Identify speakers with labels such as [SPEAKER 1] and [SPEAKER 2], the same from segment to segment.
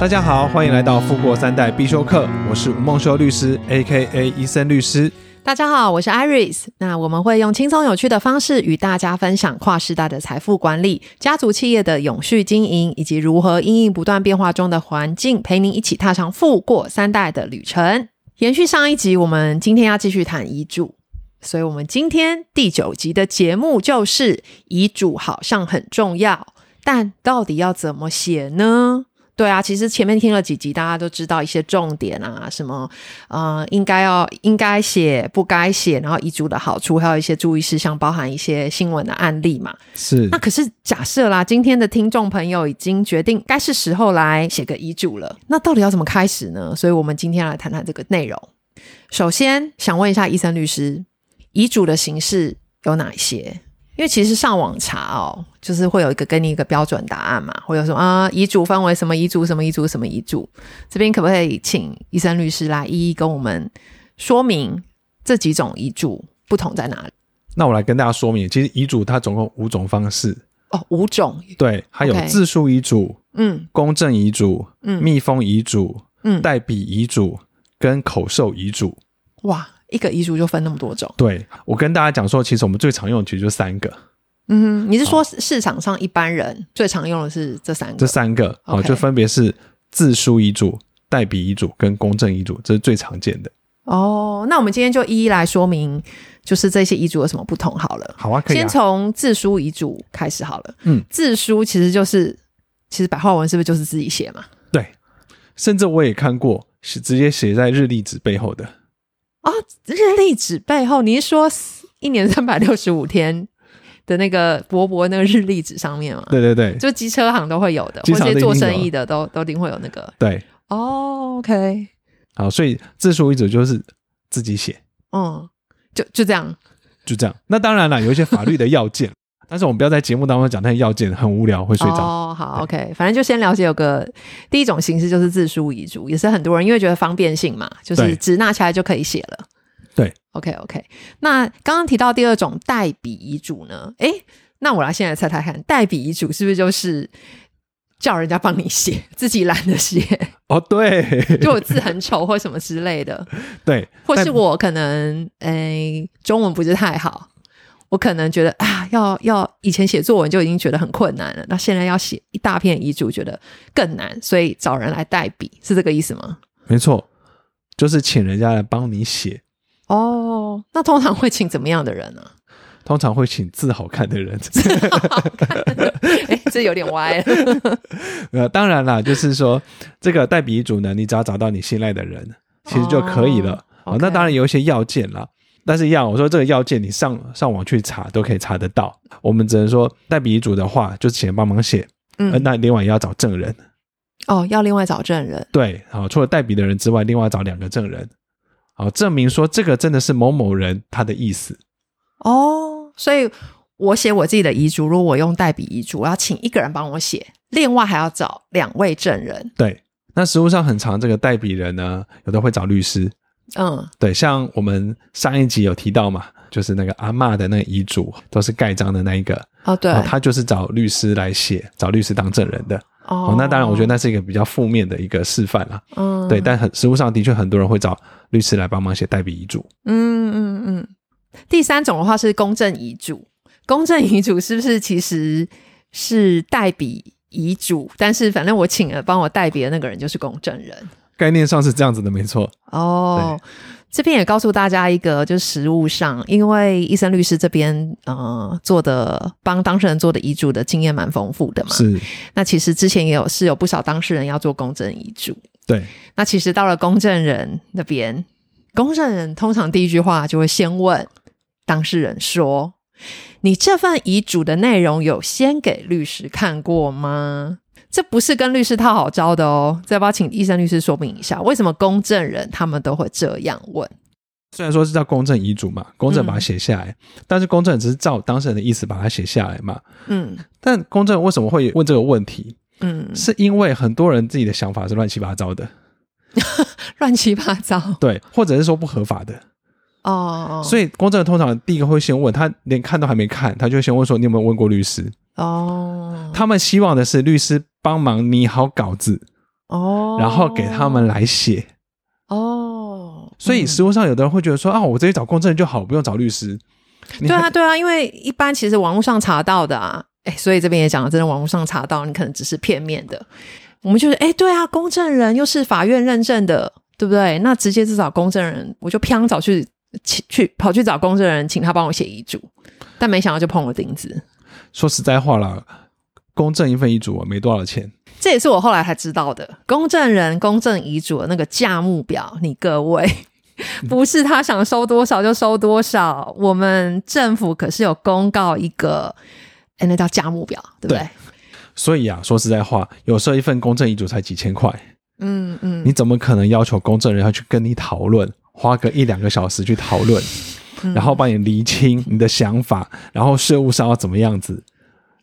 [SPEAKER 1] 大家好，欢迎来到富过三代必修课，我是吴梦修律师 （A.K.A. 医生律师
[SPEAKER 2] 大家好，我是 Iris。那我们会用轻松有趣的方式与大家分享跨世代的财富管理、家族企业的永续经营，以及如何因应不断变化中的环境，陪您一起踏上富过三代的旅程。延续上一集，我们今天要继续谈遗嘱，所以我们今天第九集的节目就是遗嘱好像很重要，但到底要怎么写呢？对啊，其实前面听了几集，大家都知道一些重点啊，什么呃，应该要应该写，不该写，然后遗嘱的好处，还有一些注意事项，包含一些新闻的案例嘛。”，
[SPEAKER 1] 是
[SPEAKER 2] 那可是假设啦，今天的听众朋友已经决定该是时候来写个遗嘱了，那到底要怎么开始呢？所以我们今天来谈谈这个内容。首先，想问一下医生律师，遗嘱的形式有哪些？因为其实上网查哦，就是会有一个给你一个标准答案嘛，会有什么啊？遗嘱分为什么遗嘱、什么遗嘱、什么遗嘱？这边可不可以请医生律师来一一跟我们说明这几种遗嘱不同在哪里？
[SPEAKER 1] 那我来跟大家说明，其实遗嘱它总共五种方式，
[SPEAKER 2] 哦，五种，
[SPEAKER 1] 对，它有
[SPEAKER 2] OK
[SPEAKER 1] 自述遗嘱、
[SPEAKER 2] 嗯
[SPEAKER 1] 公证遗嘱、
[SPEAKER 2] 嗯
[SPEAKER 1] 密封遗嘱、
[SPEAKER 2] 嗯，
[SPEAKER 1] 代笔遗嘱跟口授遗嘱。
[SPEAKER 2] 哇，一个遗嘱就分那么多种。
[SPEAKER 1] 对我跟大家讲说，其实我们最常用的其实就三个，
[SPEAKER 2] 嗯哼，你是说市场上一般人最常用的是这三
[SPEAKER 1] 这
[SPEAKER 2] 个？
[SPEAKER 1] 三个好、哦
[SPEAKER 2] OK
[SPEAKER 1] 就分别是自书遗嘱、代笔遗嘱跟公证遗嘱，这是最常见的。
[SPEAKER 2] 哦，那我们今天就一一来说明，就是这些遗嘱有什么不同好了。
[SPEAKER 1] 好啊，可以、
[SPEAKER 2] 先
[SPEAKER 1] 啊。
[SPEAKER 2] 从自书遗嘱开始好了。
[SPEAKER 1] 嗯，
[SPEAKER 2] 自书其实就是，其实白话文是不是就是自己写嘛？
[SPEAKER 1] 对，甚至我也看过是直接写在日历纸背后的。
[SPEAKER 2] 日历纸背后，你是说一年三百六十五天的那个薄薄那个日历纸上面吗？
[SPEAKER 1] 对对对
[SPEAKER 2] 就机车行都会有的，
[SPEAKER 1] 机
[SPEAKER 2] 或
[SPEAKER 1] 场都一定
[SPEAKER 2] 者是做
[SPEAKER 1] 有
[SPEAKER 2] 生意的都都一定会有那个。
[SPEAKER 1] 对，
[SPEAKER 2] 哦，OK，
[SPEAKER 1] 好，所以自书遗嘱就是自己写，
[SPEAKER 2] 嗯，就就这样。
[SPEAKER 1] 就这样。那当然了，有一些法律的要件，但是我们不要在节目当中讲那些要件，很无聊，会睡着。
[SPEAKER 2] 哦，好，OK，反正就先了解有个第一种形式就是自书遗嘱，也是很多人因为觉得方便性嘛，就
[SPEAKER 1] 对
[SPEAKER 2] 是只拿起来就可以写了。
[SPEAKER 1] 对
[SPEAKER 2] ，OK OK。那刚刚提到第二种代笔遗嘱呢？诶，那我来现在猜猜看，代笔遗嘱是不是就是叫人家帮你写，自己懒得 写，
[SPEAKER 1] 哦，对
[SPEAKER 2] 就我字很丑或什么之类的，
[SPEAKER 1] 对，
[SPEAKER 2] 或是
[SPEAKER 1] 但
[SPEAKER 2] 我可能诶中文不是太好。我可能觉得啊，要要以前写作文就已经觉得很困难了，那现在要写一大片遗嘱，觉得更难，所以找人来代笔，是这个意思吗？
[SPEAKER 1] 没错，就是请人家来帮你写，
[SPEAKER 2] 哦，那通常会请怎么样的人呢、啊
[SPEAKER 1] 通常会请字好看的人。
[SPEAKER 2] 哎，这有点歪了。
[SPEAKER 1] 呃，当然啦，就是说这个代笔遗嘱呢，你只要找到你信赖的人，其实就可以了。
[SPEAKER 2] 哦
[SPEAKER 1] 哦，
[SPEAKER 2] OK
[SPEAKER 1] 那当然有一些要件啦，但是一样，我说这个要件你上上网去查都可以查得到。我们只能说代笔遗嘱的话，就是请人帮忙写，呃，
[SPEAKER 2] 嗯，
[SPEAKER 1] 那另外也要找证人。
[SPEAKER 2] 哦，要另外找证人。
[SPEAKER 1] 对，好、除了代笔的人之外，另外找两个证人，好、证明说这个真的是某某人他的意思。
[SPEAKER 2] 哦，所以我写我自己的遗嘱，如果我用代笔遗嘱，我要请一个人帮我写，另外还要找两位证人。
[SPEAKER 1] 对，那实务上很长，这个代笔人呢，有的会找律师，
[SPEAKER 2] 嗯，
[SPEAKER 1] 对，像我们上一集有提到嘛，就是那个阿嬷的那个遗嘱都是盖章的那一个，
[SPEAKER 2] 哦，对，
[SPEAKER 1] 然后他就是找律师来写，找律师当证人的。
[SPEAKER 2] 哦
[SPEAKER 1] 那当然，我觉得那是一个比较负面的一个示范啦。
[SPEAKER 2] 嗯
[SPEAKER 1] 对，但很实务上的确很多人会找律师来帮忙写代笔遗嘱。
[SPEAKER 2] 嗯嗯嗯。第三种的话是公证遗嘱，公证遗嘱是不是其实是代笔遗嘱？但是反正我请了帮我代笔的那个人就是公证人
[SPEAKER 1] 概念上是这样子的，没错。
[SPEAKER 2] 哦。这边也告诉大家一个，就是实务上，因为医生律师这边呃做的帮当事人做的遗嘱的经验蛮丰富的嘛，
[SPEAKER 1] 是，
[SPEAKER 2] 那其实之前也有是有不少当事人要做公证遗嘱，
[SPEAKER 1] 对，
[SPEAKER 2] 那其实到了公证人那边，公证人通常第一句话就会先问当事人说：“你这份遗嘱的内容有先给律师看过吗？”这不是跟律师套好招的哦，这要不要请医生律师说明一下，为什么公证人他们都会这样问？
[SPEAKER 1] 虽然说是叫公证遗嘱嘛，公证
[SPEAKER 2] 嗯
[SPEAKER 1] 把它写下来，但是公证只是照当事人的意思把它写下来嘛。
[SPEAKER 2] 嗯
[SPEAKER 1] 但公证为什么会问这个问题？
[SPEAKER 2] 嗯，
[SPEAKER 1] 是因为很多人自己的想法是乱七八糟的，
[SPEAKER 2] 乱七八糟
[SPEAKER 1] 对，或者是说不合法的。
[SPEAKER 2] 哦，
[SPEAKER 1] 所以公证人通常第一个会先问他，连看都还没看，他就先问说你有没有问过律师？
[SPEAKER 2] 以哦
[SPEAKER 1] 他们希望的是律师帮忙拟好稿子，
[SPEAKER 2] 哦，
[SPEAKER 1] 然后给他们来写。
[SPEAKER 2] 哦，
[SPEAKER 1] 所以
[SPEAKER 2] 嗯
[SPEAKER 1] 实务上，有的人会觉得说啊，我直接找公证就好，不用找律师。你
[SPEAKER 2] 对
[SPEAKER 1] 还
[SPEAKER 2] 啊，对啊，因为一般其实网络上查到的啊，哎，所以这边也讲了，真的网络上查到，你可能只是片面的。我们就是哎，对啊，公证人又是法院认证的，对不对？那直接就找公证人，我就偏找去去去跑去找公证人，请他帮我写遗嘱，但没想到就碰了钉子。
[SPEAKER 1] 说实在话啦，公证一份遗嘱啊没多少钱。
[SPEAKER 2] 这也是我后来才知道的，公证人公证遗嘱的那个价目表，你 各位不是他想收多少就收多少，我们政府可是有公告一个，哎，那叫价目表，对不对？
[SPEAKER 1] 对所以啊，说实在话，有时候一份公证遗嘱才几千块，
[SPEAKER 2] 嗯嗯
[SPEAKER 1] 你怎么可能要求公证人要去跟你讨论，花个一两个小时去讨论，
[SPEAKER 2] 嗯
[SPEAKER 1] 然后帮你厘清你的想法，然后税务上要怎么样子，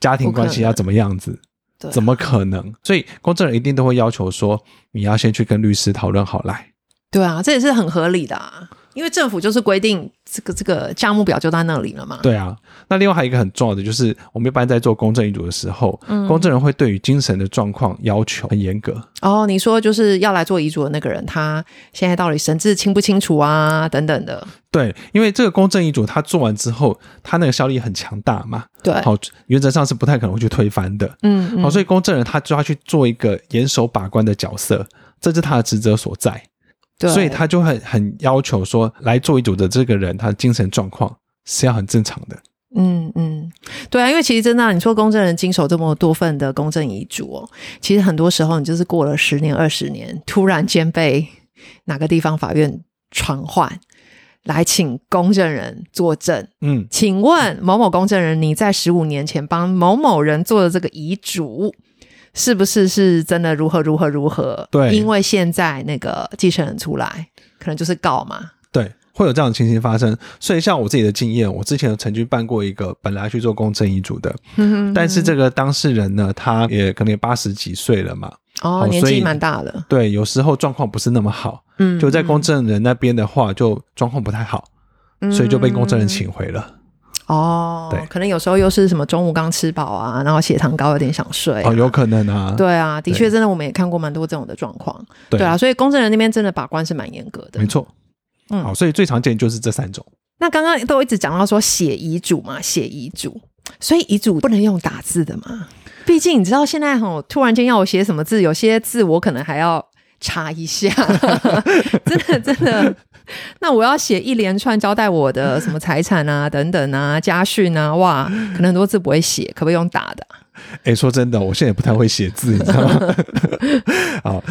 [SPEAKER 1] 家庭关系要怎么样子
[SPEAKER 2] 对啊，
[SPEAKER 1] 怎么可能？所以公证人一定都会要求说，你要先去跟律师讨论好来。
[SPEAKER 2] 对啊，这也是很合理的、啊，因为政府就是规定这个这个价目表就在那里了嘛。
[SPEAKER 1] 对啊，那另外还有一个很重要的就是，我们一般在做公证遗嘱的时候，
[SPEAKER 2] 嗯
[SPEAKER 1] 公证人会对于精神的状况要求很严格。
[SPEAKER 2] 哦，你说就是要来做遗嘱的那个人，他现在到底神志清不清楚啊？等等的，
[SPEAKER 1] 对，因为这个公证遗嘱他做完之后，他那个效力很强大嘛，
[SPEAKER 2] 对，
[SPEAKER 1] 好，原则上是不太可能会去推翻的。
[SPEAKER 2] 嗯嗯
[SPEAKER 1] 好，所以公证人他就要去做一个严守把关的角色，这是他的职责所在。
[SPEAKER 2] 对，
[SPEAKER 1] 所以他就很很要求说，来做遗嘱的这个人，他的精神状况是要很正常的。
[SPEAKER 2] 嗯嗯，对啊，因为其实真的啊、你说公证人经手这么多份的公证遗嘱哦，其实很多时候你就是过了十年、二十年，突然间被哪个地方法院传唤来请公证人作证。
[SPEAKER 1] 嗯，
[SPEAKER 2] 请问某某公证人，你在十五年前帮某某人做的这个遗嘱，是不是是真的如何如何如何？
[SPEAKER 1] 对
[SPEAKER 2] 因为现在那个继承人出来，可能就是告嘛。
[SPEAKER 1] 对，会有这样的情形发生。所以像我自己的经验，我之前曾经办过一个本来去做公证遗嘱的，
[SPEAKER 2] 嗯
[SPEAKER 1] 但是这个当事人呢，他也可能也八十几岁了嘛，
[SPEAKER 2] 哦，
[SPEAKER 1] 好
[SPEAKER 2] 年
[SPEAKER 1] 所
[SPEAKER 2] 纪
[SPEAKER 1] 以
[SPEAKER 2] 蛮大的，
[SPEAKER 1] 对，有时候状况不是那么好，
[SPEAKER 2] 嗯，
[SPEAKER 1] 就在公证人那边的话，就状况不太好，所以就被公证人请回了。
[SPEAKER 2] 哦，
[SPEAKER 1] 对
[SPEAKER 2] 可能有时候又是什么中午刚吃饱啊，然后血糖高，有点想睡、
[SPEAKER 1] 哦，有。可能啊，
[SPEAKER 2] 对啊，的
[SPEAKER 1] 对
[SPEAKER 2] 确，真的我们也看过蛮多这种的状况。
[SPEAKER 1] 对
[SPEAKER 2] 啊，，所以公证人那边真的把关是蛮严格的
[SPEAKER 1] 没。错。
[SPEAKER 2] 嗯
[SPEAKER 1] 好，所以最常见就是这三种。
[SPEAKER 2] 那刚刚都一直讲到说写遗嘱嘛，写遗嘱，所以遗嘱不能用打字的嘛。毕竟你知道现在吼，突然间要我写什么字，有些字我可能还要查一下， 真的真的。那我要写一连串交代我的什么财产啊、等等啊、家训啊，哇，可能很多字不会写，可不可以用打的啊？
[SPEAKER 1] 哎，说真的，我现在也不太会写字，你知道 吗？好，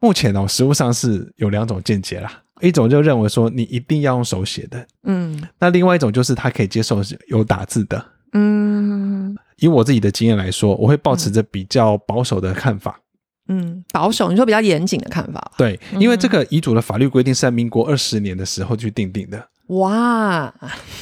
[SPEAKER 1] 目前哦，实物上是有两种见解啦，一种就认为说你一定要用手写的，
[SPEAKER 2] 嗯
[SPEAKER 1] 那另外一种就是他可以接受是有打字的。
[SPEAKER 2] 嗯
[SPEAKER 1] 以我自己的经验来说，我会保持着比较保守的看法。
[SPEAKER 2] 嗯，保守，你说比较严谨的看法吧。
[SPEAKER 1] 对，因为这个遗嘱的法律规定是在民国二十年的时候去定定的。
[SPEAKER 2] 哇，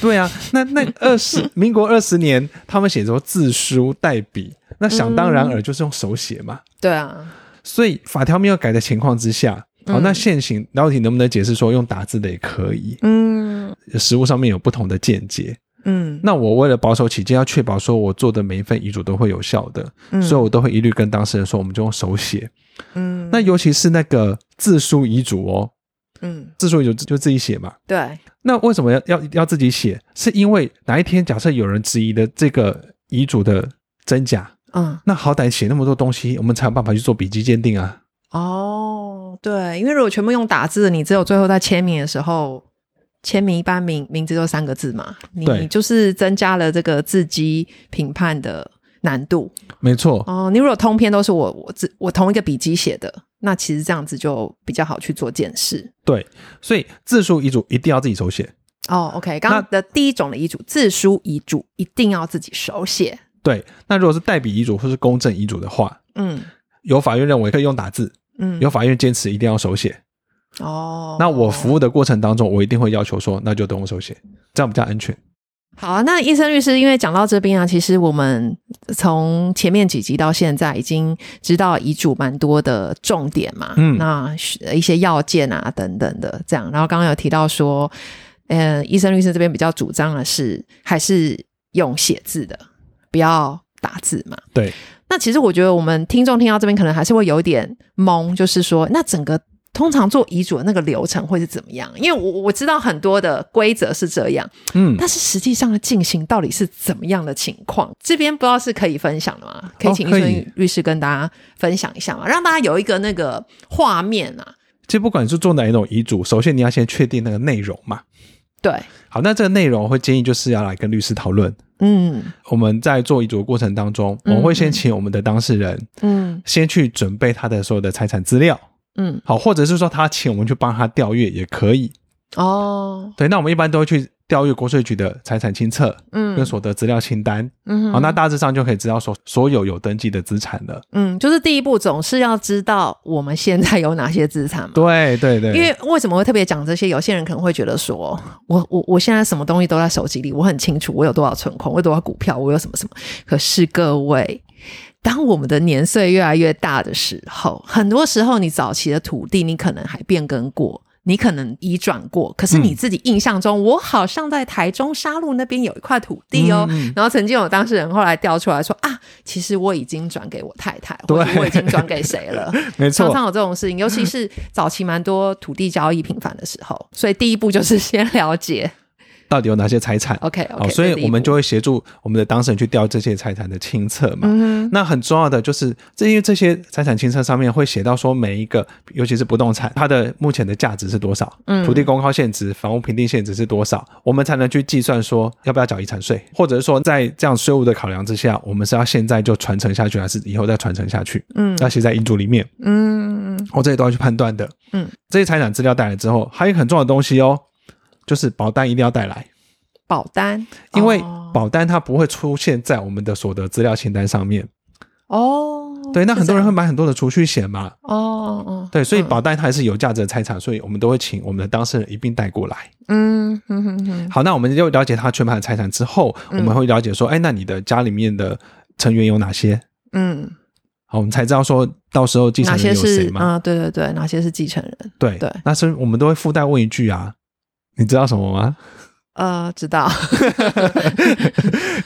[SPEAKER 1] 对啊，那那二十民国二十年，他们写着自书代笔，那想当
[SPEAKER 2] 嗯
[SPEAKER 1] 然尔就是用手写嘛。
[SPEAKER 2] 对啊，
[SPEAKER 1] 所以法条没有改的情况之下，好、
[SPEAKER 2] 嗯
[SPEAKER 1] 那现行老体能不能解释说用打字的也可以？
[SPEAKER 2] 嗯
[SPEAKER 1] 实务上面有不同的见解。
[SPEAKER 2] 嗯，
[SPEAKER 1] 那我为了保守起见，要确保说我做的每一份遗嘱都会有效的，
[SPEAKER 2] 嗯
[SPEAKER 1] 所以我都会一律跟当事人说，我们就用手写。
[SPEAKER 2] 嗯
[SPEAKER 1] 那尤其是那个自书遗嘱哦，
[SPEAKER 2] 嗯，
[SPEAKER 1] 自书遗嘱就自己写嘛。
[SPEAKER 2] 对。
[SPEAKER 1] 那为什么要要要自己写？是因为哪一天假设有人质疑的这个遗嘱的真假，
[SPEAKER 2] 嗯，
[SPEAKER 1] 那好歹写那么多东西，我们才有办法去做笔迹鉴定啊。
[SPEAKER 2] 哦，对，因为如果全部用打字，你只有最后在签名的时候，签名一般名名字就三个字嘛，你
[SPEAKER 1] 对
[SPEAKER 2] 就是增加了这个字迹评判的难度。
[SPEAKER 1] 没错，
[SPEAKER 2] 哦，你如果通篇都是我我自我同一个笔迹写的，那其实这样子就比较好去做检视。
[SPEAKER 1] 对，所以自书遗嘱一定要自己手写。
[SPEAKER 2] 哦，OK，刚刚的第一种的遗嘱，自书遗嘱一定要自己手写。
[SPEAKER 1] 对，那如果是代笔遗嘱或是公证遗嘱的话，
[SPEAKER 2] 嗯
[SPEAKER 1] 有法院认为可以用打字，
[SPEAKER 2] 嗯，
[SPEAKER 1] 有法院坚持一定要手写。
[SPEAKER 2] 哦，
[SPEAKER 1] 那我服务的过程当中，我一定会要求说，那就等我手写，这样比较安全。
[SPEAKER 2] 好啊，那医生律师，因为讲到这边啊，其实我们从前面几集到现在，已经知道遗嘱蛮多的重点嘛，
[SPEAKER 1] 嗯
[SPEAKER 2] 那一些要件啊等等的这样。然后刚刚有提到说，呃，医生律师这边比较主张的是还是用写字的，不要打字嘛。
[SPEAKER 1] 对，
[SPEAKER 2] 那其实我觉得我们听众听到这边可能还是会有点懵，就是说，那整个通常做遗嘱的那个流程会是怎么样？因为我我知道很多的规则是这样，
[SPEAKER 1] 嗯，
[SPEAKER 2] 但是实际上的进行到底是怎么样的情况？这边不知道是可以分享的吗？可以请
[SPEAKER 1] 哦
[SPEAKER 2] 医
[SPEAKER 1] 可以
[SPEAKER 2] 生律师跟大家分享一下嘛，让大家有一个那个画面啊。
[SPEAKER 1] 其实不管是做哪一种遗嘱，首先你要先确定那个内容嘛。
[SPEAKER 2] 对，
[SPEAKER 1] 好，那这个内容我会建议就是要来跟律师讨论。
[SPEAKER 2] 嗯
[SPEAKER 1] 我们在做遗嘱的过程当中，我们会先请我们的当事人
[SPEAKER 2] 嗯
[SPEAKER 1] 先去准备他的所有的财产资料，
[SPEAKER 2] 嗯，
[SPEAKER 1] 好，或者是说他请我们去帮他调阅也可以。
[SPEAKER 2] 哦，
[SPEAKER 1] 对，那我们一般都会去调阅国税局的财产清册
[SPEAKER 2] 嗯
[SPEAKER 1] 跟所得资料清单，
[SPEAKER 2] 嗯
[SPEAKER 1] 好，那大致上就可以知道说所有有登记的资产了。
[SPEAKER 2] 嗯，就是第一步总是要知道我们现在有哪些资产嘛。
[SPEAKER 1] 对对对，
[SPEAKER 2] 因为为什么会特别讲这些？有些人可能会觉得说，我我我现在什么东西都在手机里，我很清楚我有多少存款，我有多少股票，我有什么什么。可是各位，当我们的年岁越来越大的时候，很多时候你早期的土地你可能还变更过。你可能移转过，可
[SPEAKER 1] 嗯
[SPEAKER 2] 是你自己印象中，我好像在台中沙鹿那边有一块土地哦。
[SPEAKER 1] 嗯嗯
[SPEAKER 2] 然后曾经有当事人后来调出来说啊，其实我已经转给我太太，或者
[SPEAKER 1] 对
[SPEAKER 2] 我已经转给谁了。
[SPEAKER 1] 没
[SPEAKER 2] 常
[SPEAKER 1] 错，
[SPEAKER 2] 常有这种事情，尤其是早期蛮多土地交易频繁的时候，所以第一步就是先了解。
[SPEAKER 1] 到底有哪些财产
[SPEAKER 2] OK
[SPEAKER 1] 好
[SPEAKER 2] OK，、
[SPEAKER 1] 哦所以我们就会协助我们的当事人去调这些财产的清册嘛。
[SPEAKER 2] 嗯
[SPEAKER 1] 那很重要的就是，这因为这些财产清册上面会写到说每一个，尤其是不动产，它的目前的价值是多少，嗯、土地公告现值、房屋评定现值是多少，我们才能去计算说要不要缴遗产税，或者是说在这样税务的考量之下，我们是要现在就传承下去，还是以后再传承下去？嗯，要写在遗嘱里面，
[SPEAKER 2] 嗯
[SPEAKER 1] 我、这些都要去判断的。
[SPEAKER 2] 嗯，
[SPEAKER 1] 这些财产资料带来之后，还有一个很重要的东西哦，就是保单一定要带来。
[SPEAKER 2] 保单，
[SPEAKER 1] 因为
[SPEAKER 2] 哦
[SPEAKER 1] 保单它不会出现在我们的所得资料清单上面。
[SPEAKER 2] 哦
[SPEAKER 1] 对，那很多人
[SPEAKER 2] 是
[SPEAKER 1] 会买很多的储蓄险嘛，
[SPEAKER 2] 这样哦哦，
[SPEAKER 1] 对，所以保单它还是有价值的财产，所以我们都会请我们的当事人一并带过来。
[SPEAKER 2] 嗯嗯嗯嗯
[SPEAKER 1] 好，那我们就了解他全盘的财产之后，我们会了解说，哎，那你的家里面的成员有哪些？
[SPEAKER 2] 嗯，
[SPEAKER 1] 好，我们才知道说到时候继承
[SPEAKER 2] 哪些
[SPEAKER 1] 人有谁
[SPEAKER 2] 是
[SPEAKER 1] 嘛？
[SPEAKER 2] 啊、对对对，哪些是继承人？
[SPEAKER 1] 对
[SPEAKER 2] 对
[SPEAKER 1] 那是我们都会附带问一句啊，你知道什么吗？
[SPEAKER 2] 呃，知道，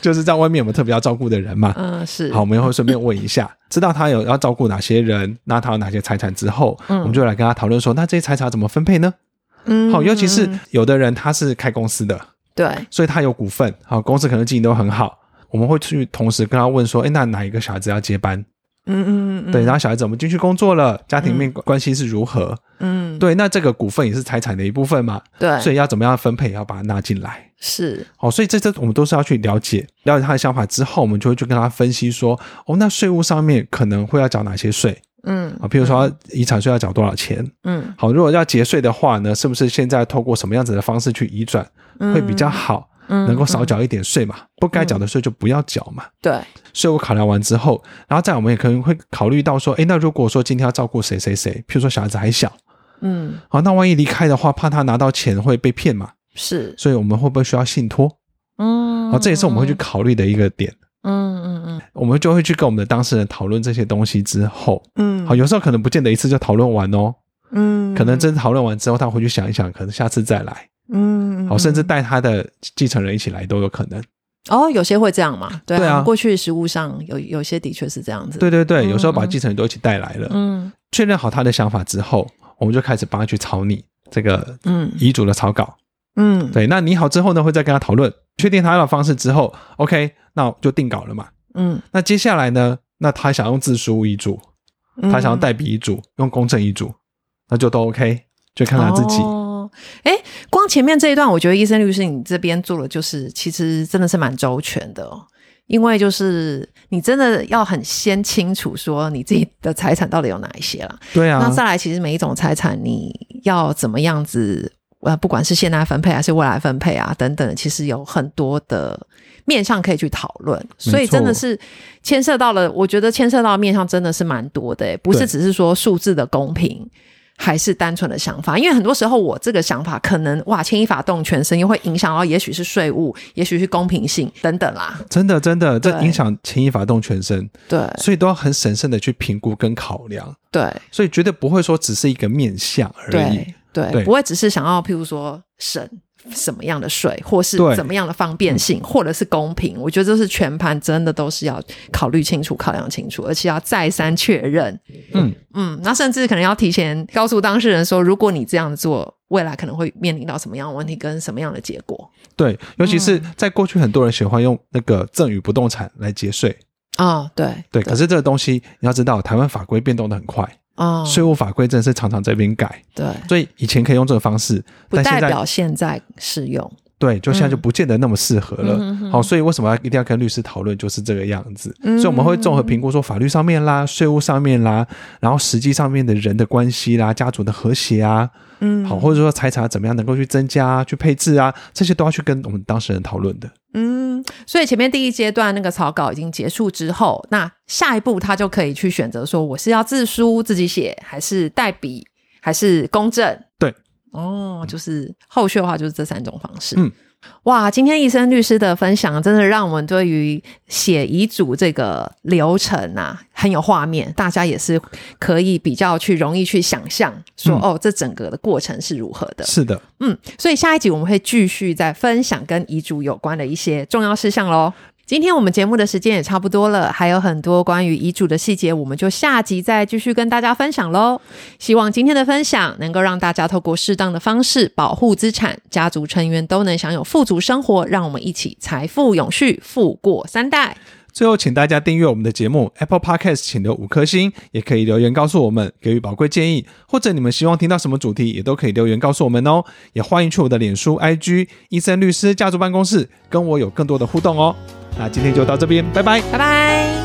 [SPEAKER 1] 就是在外面我们特别要照顾的人嘛。
[SPEAKER 2] 嗯、是，
[SPEAKER 1] 好，我们也会顺便问一 下，知道他有要照顾哪些人，那他有哪些财产之后，
[SPEAKER 2] 嗯
[SPEAKER 1] 我们就来跟他讨论说，那这些财产怎么分配呢？
[SPEAKER 2] 嗯，
[SPEAKER 1] 好，尤其是
[SPEAKER 2] 嗯
[SPEAKER 1] 有的人他是开公司的，
[SPEAKER 2] 对，
[SPEAKER 1] 所以他有股份，好，公司可能经营都很好。我们会去同时跟他问说，哎，那哪一个小孩子要接班？
[SPEAKER 2] 嗯嗯嗯，
[SPEAKER 1] 对，然后小孩子我们进去工作了，家庭面关系是如何？
[SPEAKER 2] 嗯
[SPEAKER 1] 对，那这个股份也是财产的一部分嘛，
[SPEAKER 2] 对，
[SPEAKER 1] 所以要怎么样分配，也要把它纳进来。
[SPEAKER 2] 是，
[SPEAKER 1] 哦，所以这这我们都是要去了解，了解他的想法之后，我们就会去跟他分析说，哦，那税务上面可能会要缴哪些税
[SPEAKER 2] 嗯
[SPEAKER 1] 啊？譬如说遗产税要缴多少钱？
[SPEAKER 2] 嗯，
[SPEAKER 1] 好，如果要节税的话呢，是不是现在透过什么样子的方式去移转会比较好，
[SPEAKER 2] 嗯
[SPEAKER 1] 能够少缴一点税嘛？不该缴的税就不要缴嘛。
[SPEAKER 2] 对，
[SPEAKER 1] 税务考量完之后，然后再我们也可能会考虑到说，诶，那如果说今天要照顾谁谁谁，譬如说小孩子还小，
[SPEAKER 2] 嗯
[SPEAKER 1] 好，那万一离开的话，怕他拿到钱会被骗嘛，
[SPEAKER 2] 是，
[SPEAKER 1] 所以我们会不会需要信托？
[SPEAKER 2] 嗯，
[SPEAKER 1] 好，这也是我们会去考虑的一个点。
[SPEAKER 2] 嗯，嗯嗯嗯。
[SPEAKER 1] 我们就会去跟我们的当事人讨论这些东西之后，
[SPEAKER 2] 嗯，
[SPEAKER 1] 好，有时候可能不见得一次就讨论完哦，
[SPEAKER 2] 嗯，
[SPEAKER 1] 可能真讨论完之后，他回去想一想，可能下次再来，
[SPEAKER 2] 嗯，嗯，
[SPEAKER 1] 好，
[SPEAKER 2] 嗯
[SPEAKER 1] 甚至带他的继承人一起来都有可能。
[SPEAKER 2] 哦，有些会这样嘛，对
[SPEAKER 1] 对啊
[SPEAKER 2] 过去实物上有有些的确是这样子，
[SPEAKER 1] 对，对对，
[SPEAKER 2] 嗯
[SPEAKER 1] 有时候把
[SPEAKER 2] 嗯
[SPEAKER 1] 继承人都一起带来了，
[SPEAKER 2] 嗯
[SPEAKER 1] 确认好他的想法之后，我们就开始帮他去草拟这个
[SPEAKER 2] 嗯
[SPEAKER 1] 遗嘱的草稿。
[SPEAKER 2] 嗯，
[SPEAKER 1] 对，那拟好之后呢，会再跟他讨论，确定他要的方式之后，OK，那我就定稿了嘛。
[SPEAKER 2] 嗯，
[SPEAKER 1] 那接下来呢，那他想用自书遗嘱，
[SPEAKER 2] 嗯
[SPEAKER 1] 他想要代笔遗嘱，用公证遗嘱，那就都 OK，就看他自己。
[SPEAKER 2] 哦哎、光前面这一段，我觉得医生律师你这边做的就是，其实真的是蛮周全的哦。因为就是你真的要很先清楚说你自己的财产到底有哪一些啦。
[SPEAKER 1] 对
[SPEAKER 2] 那
[SPEAKER 1] 啊，
[SPEAKER 2] 再来，其实每一种财产你要怎么样子，呃，不管是现在分配还是未来分配啊，等等，其实有很多的面向可以去讨论。所以真的是牵涉到了，我觉得牵涉到的面向真的是蛮多的、欸不是
[SPEAKER 1] 对
[SPEAKER 2] 只是说数字的公平。还是单纯的想法，因为很多时候我这个想法可能哇牵一发动全身，又会影响到也许是税务，也许是公平性等等啦。
[SPEAKER 1] 真的真的，这
[SPEAKER 2] 对
[SPEAKER 1] 影响牵一发动全身，
[SPEAKER 2] 对
[SPEAKER 1] 所以都要很审慎的去评估跟考量，
[SPEAKER 2] 对，
[SPEAKER 1] 所以绝对不会说只是一个面向而已
[SPEAKER 2] 对。对，
[SPEAKER 1] 对
[SPEAKER 2] 不会只是想要，譬如说省什么样的税，或是
[SPEAKER 1] 对嗯
[SPEAKER 2] 怎么样的方便性，或者是公平。我觉得这是全盘真的都是要考虑清楚、考量清楚，而且要再三确认。
[SPEAKER 1] 嗯
[SPEAKER 2] 嗯，那甚至可能要提前告诉当事人说，如果你这样做，未来可能会面临到什么样的问题跟什么样的结果。
[SPEAKER 1] 对，尤其是
[SPEAKER 2] 嗯
[SPEAKER 1] 在过去，很多人喜欢用那个赠与不动产来节税，
[SPEAKER 2] 哦，对
[SPEAKER 1] 对。可是这个东西你要知道，台湾法规变动的很快，
[SPEAKER 2] 哦，
[SPEAKER 1] 税务法规真的是常常这边改，
[SPEAKER 2] 对，
[SPEAKER 1] 所以以前可以用这个方式，
[SPEAKER 2] 不
[SPEAKER 1] 但
[SPEAKER 2] 代
[SPEAKER 1] 现在
[SPEAKER 2] 表现在适用。
[SPEAKER 1] 对，就现在就不见得那么适合了。
[SPEAKER 2] 嗯哼
[SPEAKER 1] 好，所以为什么要一定要跟律师讨论，就是这个样子。
[SPEAKER 2] 嗯
[SPEAKER 1] 所以我们会综合评估说，法律上面啦、税务上面啦，然后实际上面的人的关系啦、家族的和谐啊，
[SPEAKER 2] 嗯
[SPEAKER 1] 好，或者说财产啊怎么样能够去增加、啊、去配置啊，这些都要去跟我们当事人讨论的。
[SPEAKER 2] 嗯，所以前面第一阶段那个草稿已经结束之后，那下一步他就可以去选择说，我是要自书自己写，还是代笔，还是公证？
[SPEAKER 1] 对，
[SPEAKER 2] 哦，就是后续的话就是这三种方式。
[SPEAKER 1] 嗯，
[SPEAKER 2] 哇，今天医生律师的分享真的让我们对于写遗嘱这个流程啊很有画面，大家也是可以比较去容易去想象说，
[SPEAKER 1] 嗯
[SPEAKER 2] 哦，这整个的过程是如何的。
[SPEAKER 1] 是的，
[SPEAKER 2] 嗯，所以下一集我们会继续再分享跟遗嘱有关的一些重要事项喽。今天我们节目的时间也差不多了，还有很多关于遗嘱的细节，我们就下集再继续跟大家分享喽。希望今天的分享能够让大家透过适当的方式保护资产，家族成员都能享有富足生活。让我们一起财富永续，富过三代。
[SPEAKER 1] 最后，请大家订阅我们的节目 Apple Podcast，请留五颗星，也可以留言告诉我们，给予宝贵建议，或者你们希望听到什么主题，也都可以留言告诉我们哦。也欢迎去我的脸书、IG 医生律师家族办公室，跟我有更多的互动哦。那今天就到这边，拜拜。
[SPEAKER 2] 拜拜。